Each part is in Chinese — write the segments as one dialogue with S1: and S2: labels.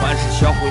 S1: 毁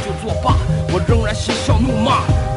S1: 就作罢。我仍然嬉笑怒骂，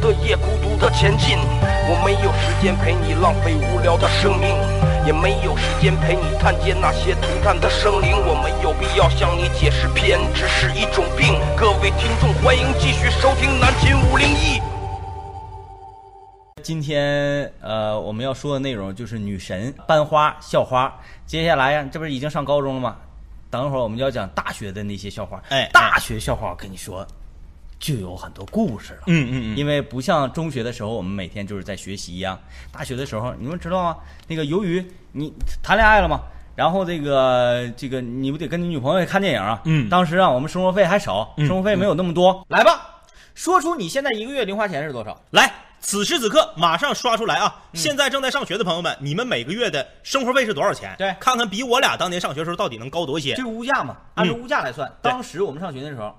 S1: 的夜孤独的前进。我没有时间陪你浪费无聊的生命，也没有时间陪你探街那些涂炭的生灵。我没有必要向你解释偏执是一种病。各位听众，欢迎继续收听南秦五零一。
S2: 今天呃，我们要说的内容就是女神班花校花。接下来呀，这不是已经上高中了吗？等会儿我们就要讲大学的那些校花。
S3: 哎哎
S2: 大学校花，我跟你说，就有很多故事了。
S3: 嗯嗯嗯，
S2: 因为不像中学的时候，我们每天就是在学习一样。大学的时候，你们知道吗？那个由于你谈恋爱了嘛，然后这个这个你不得跟你女朋友看电影啊？
S3: 嗯
S2: 当时啊，我们生活费还少，生活费没有那么多。
S3: 来吧，说出你现在一个月零花钱是多少？来，此时此刻马上刷出来啊！
S4: 嗯
S3: 现在正在上学的朋友们，你们每个月的生活费是多少钱？
S4: 对
S3: 看看比我俩当年上学的时候到底能高多些
S4: 这。是物价嘛，按照
S3: 嗯
S4: 物价来算。
S3: 对
S4: 当时我们上学的时候，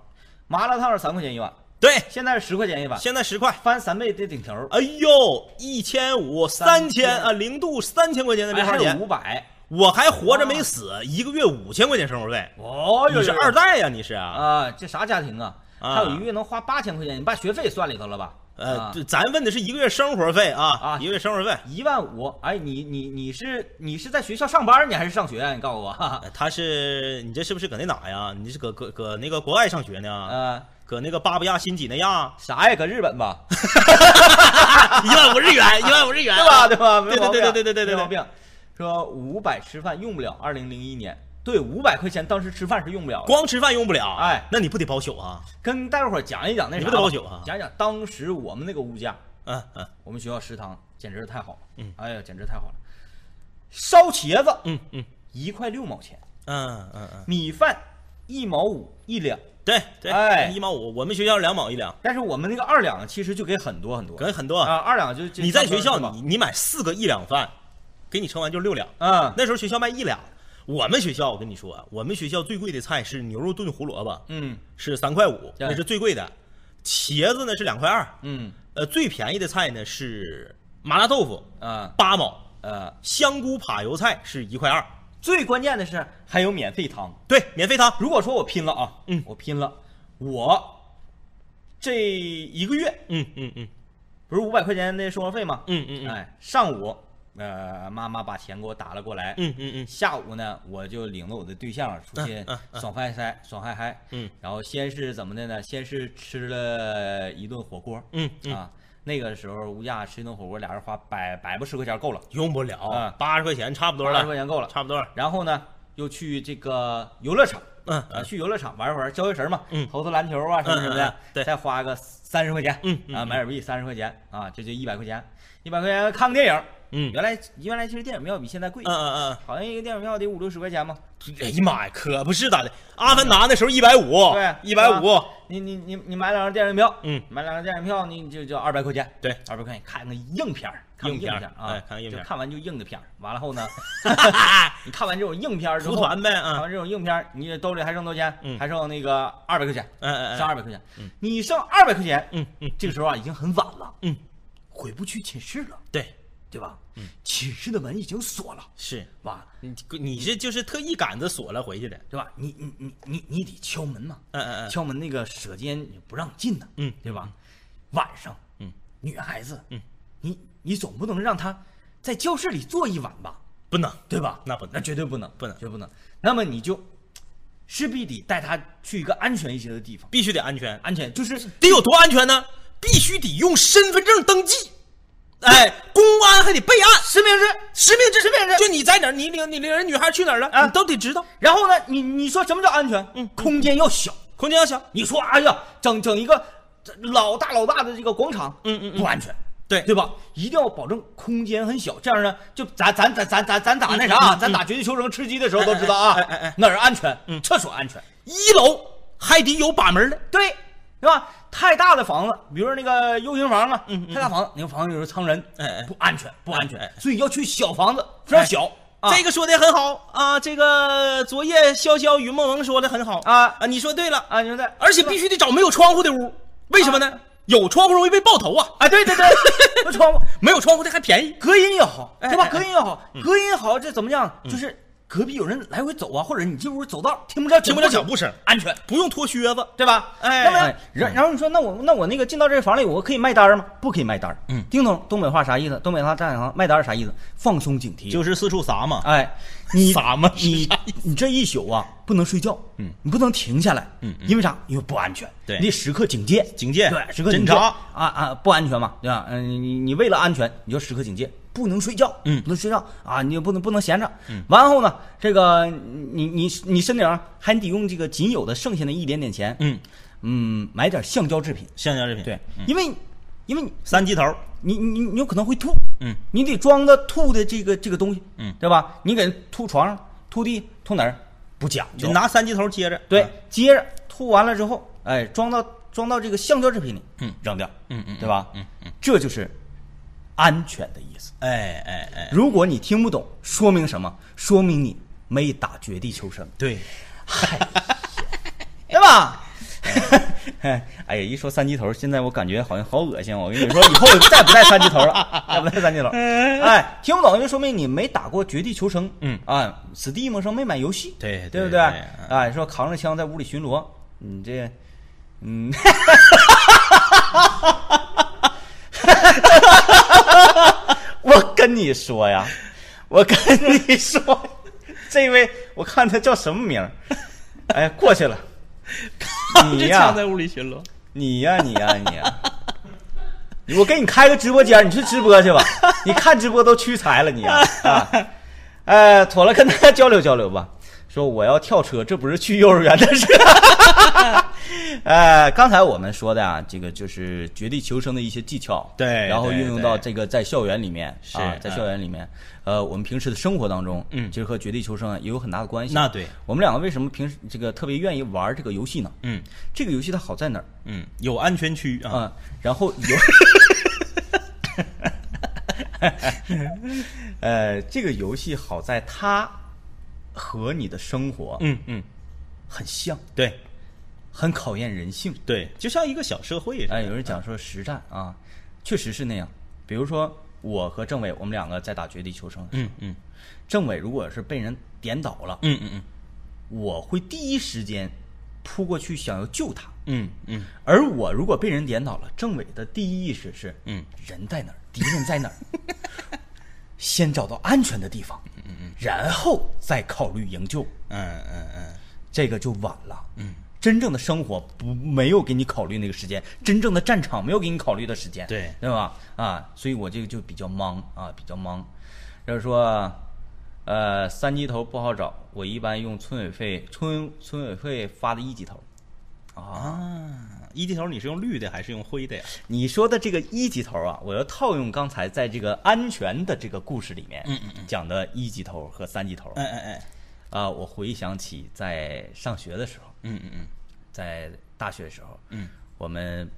S4: 麻辣烫是三块钱一碗，
S3: 对，
S4: 现在是十块钱一碗，
S3: 现在十块。
S4: 翻三倍得顶头。
S3: 哎呦，一千五、三
S4: 三千哎
S3: 千啊，零度三千块钱的零花
S4: 还有
S3: 钱，
S4: 五啊百，
S3: 我还活着没死，一个月五千块钱生活费，
S4: 哦
S3: 你是二代呀？你是啊？
S4: 啊？这啥家庭啊？
S3: 啊
S4: 还有一个月能花八千块钱，你把学费算里头了吧？
S3: 呃，
S4: 啊
S3: 对咱问的是一个月生活费啊，
S4: 啊
S3: 一个月生活费。
S4: 一万五，哎，你你你是你是在学校上班，你还是上学啊？你告诉我，哈哈
S3: 呃他是你这是不是搁那哪呀？你是搁搁搁那个国外上学呢？
S4: 呃，，
S3: 搁那个巴布亚新几内亚
S4: 啥呀？搁日本吧，
S3: 一万五日元，一万五日元，啊
S4: 对吧？对吧？
S3: 对
S4: 没毛病
S3: 对对对对对对
S4: 没毛病。说五百吃饭用不了，二零零一年，对，五百块钱当时吃饭是用不了的。
S3: 光吃饭用不了，
S4: 哎，
S3: 那你不得包宿啊？
S4: 跟大家伙儿讲一讲那
S3: 你
S4: 啥
S3: 不
S4: 吧，
S3: 得包宿啊
S4: 讲一讲当时我们那个物价，
S3: 嗯嗯
S4: 我们学校食堂简直是太好了，
S3: 嗯
S4: 哎呀，简直太好了。烧茄子
S3: 嗯嗯
S4: 一块六毛钱，
S3: 嗯嗯嗯，
S4: 米饭一毛五一两，
S3: 对对，
S4: 哎
S3: 一毛五，我们学校两毛一两，
S4: 但是我们那个二两其实就给很多很多，
S3: 给很多。
S4: 啊，二两就就
S3: 你在
S4: 差不
S3: 学
S4: 多
S3: 校
S4: 是吧
S3: 你你买四个一两饭，给你盛完就六两。
S4: 嗯
S3: 那时候学校卖一两，我们学校我跟你说，啊我们学校最贵的菜是牛肉炖胡萝卜，
S4: 嗯
S3: 是三块五，
S4: 对
S3: 那是最贵的。茄子呢是两块二，
S4: 嗯
S3: 呃，最便宜的菜呢是麻辣豆腐，
S4: 啊
S3: 八毛；
S4: 呃，
S3: 香菇扒油菜是一块二。
S4: 最关键的是还有免费汤。
S3: 对，免费汤。
S4: 如果说我拼了啊，
S3: 嗯
S4: 我拼了，我这一个月
S3: 嗯嗯嗯
S4: 不是五百块钱的生活费吗？
S3: 嗯嗯嗯
S4: 哎，上午，呃，妈妈把钱给我打了过来。
S3: 嗯嗯嗯
S4: 下午呢，我就领着我的对象出去
S3: 嗯嗯嗯
S4: 爽嗨嗨，爽嗨嗨。
S3: 嗯，
S4: 然后先是怎么的呢？先是吃了一顿火锅。
S3: 嗯嗯，
S4: 啊，那个时候物价吃一顿火锅，俩人花百百不十块钱够了，
S3: 用不
S4: 啊
S3: 了，八十块钱差不多
S4: 八十块
S3: 了，
S4: 钱够了。
S3: 差不多了。
S4: 然后呢，又去这个游乐场。
S3: 嗯
S4: 啊，去游乐场玩一玩，交游神嘛，
S3: 嗯
S4: 投投篮球啊，什么什么
S3: 嗯嗯
S4: 的
S3: 嗯，对
S4: 再花个三十块钱，
S3: 嗯嗯
S4: 啊，
S3: 嗯
S4: 买点币三十块钱啊，这就一百块钱，一百块钱看个电影，
S3: 嗯
S4: 原来原来其实电影票比现在贵
S3: 嗯，嗯
S4: 好像一个电影票得五六十块钱嘛，
S3: 嗯，哎呀妈呀，可不是咋的，《阿凡达》那时候一百五，
S4: 对
S3: 一百五，
S4: 你你你你买两张电影票，
S3: 啊嗯，
S4: 买两张电影票，你就就二百块钱，
S3: 对
S4: 二百块钱看个硬片儿，看个
S3: 硬片儿
S4: 片儿
S3: 哎
S4: 啊，
S3: 看个硬片儿
S4: 就看完就硬的片儿，完了后 呢，你看完这种硬片儿之
S3: 出
S4: 后，
S3: 团呗
S4: 看
S3: 啊，
S4: 完这种硬片儿，你兜里还剩多少钱？
S3: 嗯
S4: 还剩那个二百块钱，
S3: 嗯嗯
S4: 剩
S3: 嗯
S4: 二百块钱，你剩二百块钱，
S3: 嗯嗯，
S4: 这个时候啊已经很晚了，
S3: 嗯，
S4: 回不去寝室了，
S3: 对，
S4: 对吧？嗯，寝室的门已经锁了，
S3: 是
S4: 哇，
S3: 你你是就是特意赶着锁了回去的，
S4: 对吧？你你你你你得敲门嘛，
S3: 嗯嗯嗯
S4: 敲门那个舍监也不让进呢，
S3: 嗯
S4: 对吧？晚上，
S3: 嗯，
S4: 女孩子，
S3: 嗯，
S4: 你你总不能让她在教室里坐一晚吧，
S3: 不能，
S4: 对吧？
S3: 那不能
S4: 那绝对不能，
S3: 不能
S4: 绝不能。那么你就
S5: 势必得带他去一个安全一些的地方，
S3: 必须得安全，
S5: 安全就是
S3: 得有多安全呢？必须得用身份证登记，哎，公安还得备案，
S5: 实名制。
S3: 实名制，
S5: 实名制
S3: 就你在哪儿，你领你领人女孩去哪儿了，
S5: 啊
S3: 你都得知道。
S5: 然后呢，你你说什么叫安全？嗯，空间要小。
S3: 空间要小，
S5: 你说，哎呀，整整一个这老大老大的这个广场，
S3: 嗯嗯嗯
S5: 不安全，
S3: 对
S5: 对吧？一定要保证空间很小，这样呢，就咱咱咱咱咱咱打那啥啊，咱打绝地求生吃鸡的时候都知道啊
S3: 嗯哎哎哎哎，
S5: 哪儿安全，厕所安全，
S3: 一楼还得有把门的，
S5: 对，对吧？太大的房子，比如说那个 U 型房啊，太大房子，那个房子有时候藏人
S3: 嗯哎哎，
S5: 不安全，不安全
S3: 哎，
S5: 所以要去小房子，非常小啊。
S3: 这个说的很好啊。这个昨夜潇潇云梦蒙说的很好
S5: 啊
S3: 啊，你说对了，
S5: 啊，你说的，
S3: 而且必须得找没有窗户的屋，为什么呢？有窗户容易被爆头啊，
S5: 啊，对 对对，那窗户
S3: 没有窗户的还便宜。
S5: 隔音也好，
S3: 哎
S5: 对吧？
S3: 哎哎嗯
S5: 隔音也好，隔音好，这怎么讲？就是隔壁有人来回走啊，或者你进屋走道听不着
S3: 听不着脚步声，
S5: 安全，
S3: 不用脱靴子。
S5: 对吧？
S3: 哎
S5: 那么
S4: 哎
S5: 然然后你说，那我那我那个进到这房里，我可以卖单儿吗？不可以卖单儿。嗯，听懂东北话啥意思？东北话站行卖单儿啥意思？放松警惕，
S3: 就是四处撒
S4: 啊
S3: 嘛，
S5: 哎，你
S3: 撒嘛是
S5: 你
S3: 啥意
S5: 你这一宿啊，不能睡觉，嗯，你不能停下来，嗯，因为啥？因为不安全，
S3: 对
S5: 你得时刻警戒，
S3: 警戒
S5: 对，时刻警
S3: 侦
S5: 戒
S3: 查
S5: 啊啊，不安全嘛，对吧？嗯、你你你为了安全，你就时刻警戒，不能睡觉，嗯，不能睡觉啊，你也不能不能闲着，嗯，完后呢，这个你你你身顶还得用这个仅有的剩下的一点点钱，
S3: 嗯
S5: 嗯，买点橡胶制品，
S3: 橡胶制品，
S5: 对，因为因为你
S3: 三级头，
S5: 你你你有可能会吐，
S3: 嗯，
S5: 你得装的吐的这个这个东西，
S3: 嗯
S5: 对吧？你给人吐床上、吐地、吐哪儿不讲
S3: 你
S5: 究，
S3: 拿三级头接着，
S5: 对
S3: 啊，
S5: 接着吐完了之后，哎，装到装到这个橡胶制品里，嗯，扔掉，
S3: 嗯嗯嗯
S5: 对吧？
S3: 嗯嗯，
S5: 这就是安全的意思。
S3: 哎哎哎，
S5: 如果你听不懂，说明什么？说明你没打绝地求生，
S3: 对，
S5: 对吧？
S4: 哎呀，一说三级头，现在我感觉好像好恶心哦。我跟你说，以后再不带三级头了， 再不带三级头。
S5: 哎，听不懂就说明你没打过绝地求生，
S3: 嗯
S5: 啊，Steam 上没买游戏，
S3: 对
S5: 对不
S3: 对对
S5: 哎，说扛着枪在屋里巡逻，你这，嗯，
S4: 我跟你说呀，我跟你说，这位我看他叫什么名儿？哎呀，过去了。你呀、
S3: 屋里巡逻，
S4: 你呀、你呀、你呀、 我给你开个直播间，你去直播去吧。你看直播都屈才了，你呀啊呃，妥了，跟大家交流交流吧。说我要跳车，这不是去幼儿园的事。 呃，刚才我们说的啊，这个就是绝地求生的一些技巧，
S3: 对
S4: 然后
S3: 对
S4: 运用
S3: 对
S4: 到这个在校园里面
S3: 是
S4: 啊，在
S3: 嗯
S4: 校园里面，呃，我们平时的生活当中，嗯，其实和绝地求生啊也有很大的关系。
S3: 那对，
S4: 我们两个为什么平时这个特别愿意玩这个游戏呢？
S3: 嗯
S4: 这个游戏它好在哪儿？
S3: 嗯，有安全区啊，
S4: 啊，然后 有，呃，这个游戏好在它和你的生活
S3: 嗯嗯，
S4: 很像，
S3: 对
S4: 很考验人性。
S3: 对，就像一个小社会似
S4: 哎，
S3: 的，
S4: 有人讲说实战啊，确实是那样。比如说我和政委，我们两个在打绝地求生。
S3: 嗯嗯
S4: 政委如果是被人点倒了，
S3: 嗯嗯嗯
S4: 我会第一时间扑过去想要救他。
S3: 嗯嗯，
S4: 而我如果被人点倒了，政委的第一意识是，
S3: 嗯，
S4: 人在哪儿，敌人在哪儿，先找到安全的地方，嗯嗯，然后再考虑营救，
S3: 嗯嗯嗯，
S4: 这个就晚了，嗯。真正的生活不没有给你考虑那个时间，真正的战场没有给你考虑的时间，
S3: 对
S4: 对吧？啊，所以我这个就比较忙啊，比较忙。就是说，呃，三级头不好找，我一般用村委会村村委会发的一级头。
S3: 啊，一级头你是用绿的还是用灰的呀？
S4: 你说的这个一级头啊，我要套用刚才在这个安全的这个故事里面讲的一级头和三级头
S3: 哎哎哎，
S4: 啊，我回想起在上学的时候，
S3: 嗯嗯嗯
S4: 在大学的时候，
S3: 嗯，
S4: 我们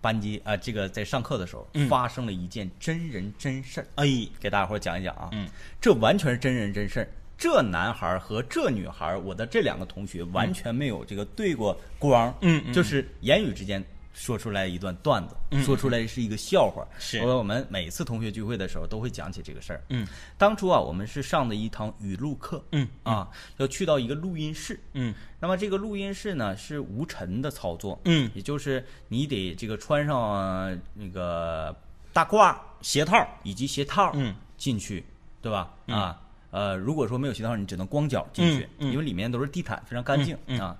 S4: 班级啊，这个在上课的时候发生了一件真人真事儿，
S3: 嗯哎，
S4: 给大伙儿讲一讲啊，
S3: 嗯，
S4: 这完全是真人真事儿。这男孩儿和这女孩儿，我的这两个同学完全没有这个对过光，
S3: 嗯嗯
S4: 就是言语之间说出来一段段子，说出来是一个笑话。
S3: 嗯是
S4: 我我们每次同学聚会的时候都会讲起这个事儿。
S3: 嗯，
S4: 当初啊，我们是上的一堂语录课，
S3: 嗯
S4: 啊，要去到一个录音室，
S3: 嗯
S4: 那么这个录音室呢是无尘的操作，
S3: 嗯
S4: 也就是你得这个穿上呃那个大褂儿、
S3: 鞋套，
S4: 以及鞋套，
S3: 嗯，
S4: 进去，对吧？啊，呃，如果说没有鞋套，你只能光脚进去，
S3: 嗯嗯
S4: 因为里面都是地毯，非常干净、
S3: 嗯嗯
S4: 啊。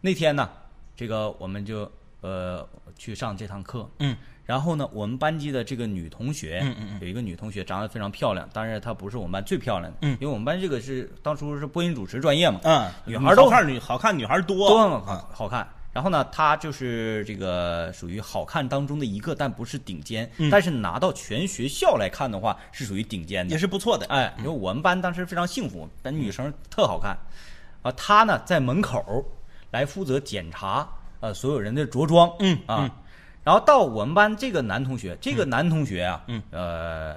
S4: 那天呢，这个我们就呃去上这堂课，
S3: 嗯
S4: 然后呢，我们班级的这个女同学，
S3: 嗯嗯嗯
S4: 有一个女同学长得非常漂亮，但是她不是我们班最漂亮的，
S3: 嗯
S4: 因为我们班这个是当初是播音主持专业嘛，
S3: 嗯，
S4: 女孩都
S3: 好看女好看女孩多嗯
S4: 多么好好看。然后呢，她就是这个属于好看当中的一个，但不是顶尖。
S3: 嗯
S4: 但是拿到全学校来看的话，是属于顶尖的，
S3: 也是嗯不错的。
S4: 哎，因为我们班当时非常幸福，班女生特好看，啊，她呢在门口来负责检查呃所有人的着装，
S3: 嗯
S4: 啊，
S3: 嗯
S4: 然后到我们班这个男同学，这个男同学啊，嗯，呃，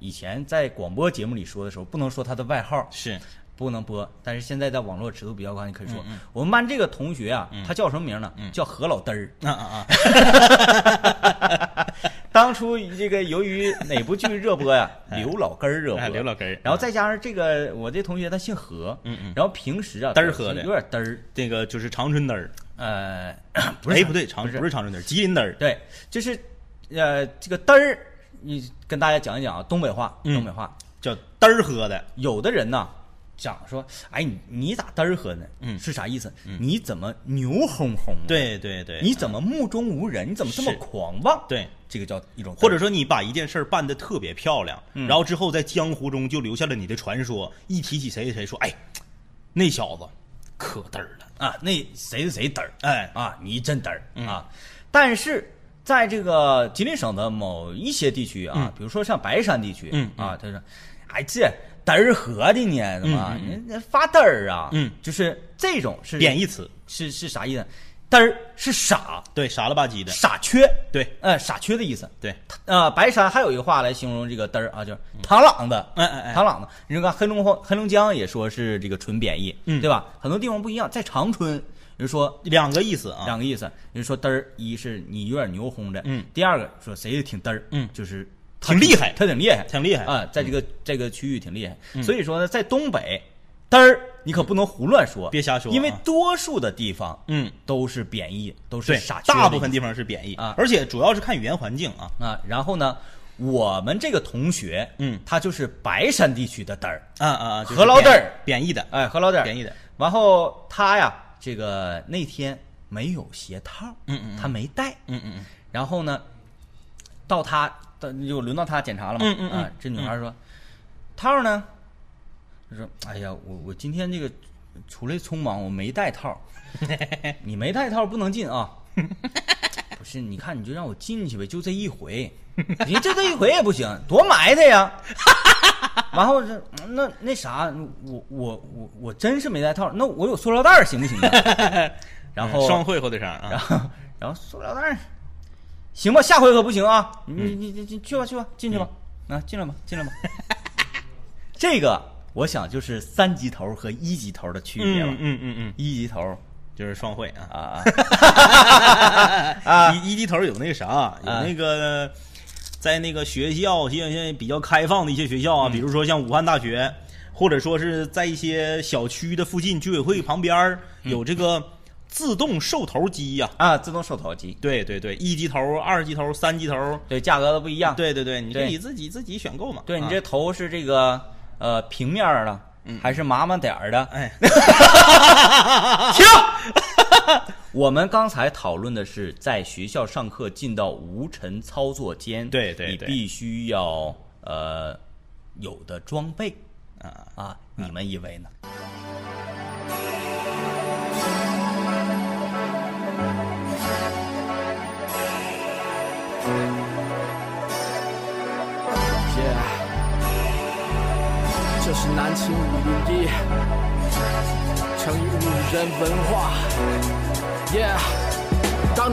S4: 以前在广播节目里说的时候，不能说他的外号，
S3: 是，
S4: 不能播，但是现在在网络尺度比较高，你可以说、我们班这个同学啊，他叫什么名呢？叫何老嘚儿。
S3: 啊啊啊，
S4: 当初这个由于哪部剧热播 呀、刘老根儿热播，
S3: 哎刘老根儿
S4: 然后再加上这个我这同学他姓何，嗯嗯，然后平时啊
S3: 嘚儿喝的
S4: 有点嘚儿，
S3: 这个就是长春嘚儿，
S4: 呃，不是
S3: 哎不对，长不是长春嘚儿，吉林嘚儿。
S4: 对，就是呃这个嘚儿，你跟大家讲一讲啊，东北话，
S3: 嗯
S4: 东北话，
S3: 叫嘚儿喝的，
S4: 有的人呐讲说，哎你你咋嘚儿喝呢？嗯，是啥意思？你怎么牛哄哄？。
S3: 对对对，
S4: 你怎么目中无人？你怎么这么
S3: 是
S4: 狂妄？
S3: 对，
S4: 这个叫一种嘚儿，
S3: 或者说你把一件事儿办得特别漂亮，然后之后在江湖中就留下了你的传说，一提起谁谁谁说，哎，那小子可嘚儿了，
S4: 啊，那谁谁谁嘚儿，
S3: 哎
S4: 啊，你真嘚儿啊！但是在这个吉林省的某一些地区啊，比如说像白山地区，
S3: 嗯
S4: 啊，他说，哎，这嘚儿合的呢，怎么你你发嘚儿啊？
S3: 嗯
S4: 就是这种是
S3: 贬义词，
S4: 是是啥意思？嘚儿是傻
S3: 对，傻了吧唧的，
S4: 傻缺，
S3: 对
S4: 呃，傻缺的意思。
S3: 对，
S4: 呃，白山还有一个话来形容这个嘚儿啊，就是螳螂的，
S3: 哎哎哎
S4: 螳螂的。你看黑龙江，黑龙江也说是这个纯贬义，
S3: 嗯
S4: 对吧？很多地方不一样，在长春，比如说
S3: 两个意思啊，
S4: 两个意思，比如说嘚儿，一是你有点牛哄的，
S3: 嗯
S4: 第二个说谁也挺嘚儿，
S3: 嗯
S4: 就是他
S3: 挺厉害，
S4: 他挺厉害，
S3: 挺厉害嗯
S4: 啊，在这个这个区域挺厉害。所以说呢，在东北，嘚儿你可不能胡乱说，
S3: 嗯别瞎说
S4: 因为
S3: 啊
S4: 多数的地方
S3: 嗯，
S4: 都是贬义，都是
S3: 对
S4: 傻，缺的意思，
S3: 大部分地方是贬义
S4: 啊
S3: 而且主要是看语言环境啊，
S4: 啊，然后呢，我们这个同学，
S3: 嗯
S4: 他就是白山地区的嘚儿，
S3: 啊啊，啊就是
S4: 何老嘚儿
S3: 贬义的，
S4: 哎，何老弟儿
S3: 便宜的。
S4: 然后他呀，这个那天没有鞋套，
S3: 嗯嗯嗯
S4: 他没带，
S3: 嗯嗯嗯，
S4: 然后呢，到他到就轮到他检查了嘛，
S3: 嗯嗯嗯
S4: 啊，这女孩说，套呢？他说，哎呀，我我今天这个出来匆忙，我没带 套，你没带套不能进啊。不是，你看你就让我进去呗，就这一回，你就这一回也不 行，多埋汰呀。然后这那那啥，我我我我真是没带套，那我有塑料袋儿行不行 啊？然后
S3: 双汇后腿肠啊，
S4: 然后然后塑料袋儿，行吧，下回可不行啊！你
S3: 嗯
S4: 你你你去吧去吧，进去吧，啊，进来吧进来吧。这个我想就是三级头和一级头的区别了
S3: 嗯。嗯嗯嗯，
S4: 一级头
S3: 就是双汇啊。
S4: 啊，
S3: 啊，一一低头有那个啥，有
S4: 啊
S3: 那个、在那个学校，现在现在比较开放的一些学校啊，
S4: 嗯
S3: 比如说像武汉大学，或者说是在一些小区的附近居委会旁边儿
S4: 嗯
S3: 有这个自动售头机呀、
S4: 啊，自动售头机，
S3: 对对对，一级头、二级头、三级头，
S4: 对，价格都不一样。
S3: 对对对，你可
S4: 对
S3: 以自己自己选购嘛。
S4: 对，你
S3: 啊嗯
S4: 这头是这个呃平面儿的，还是麻麻点儿的？
S3: 哎，
S4: 停！我们刚才讨论的是在学校上课进到无尘操作间，
S3: 对对对
S4: 你必须要呃有的装备
S3: 啊，
S4: 啊，你们以为呢？
S6: Yeah，这是南秦五零一，成语五人文化。Yeah。当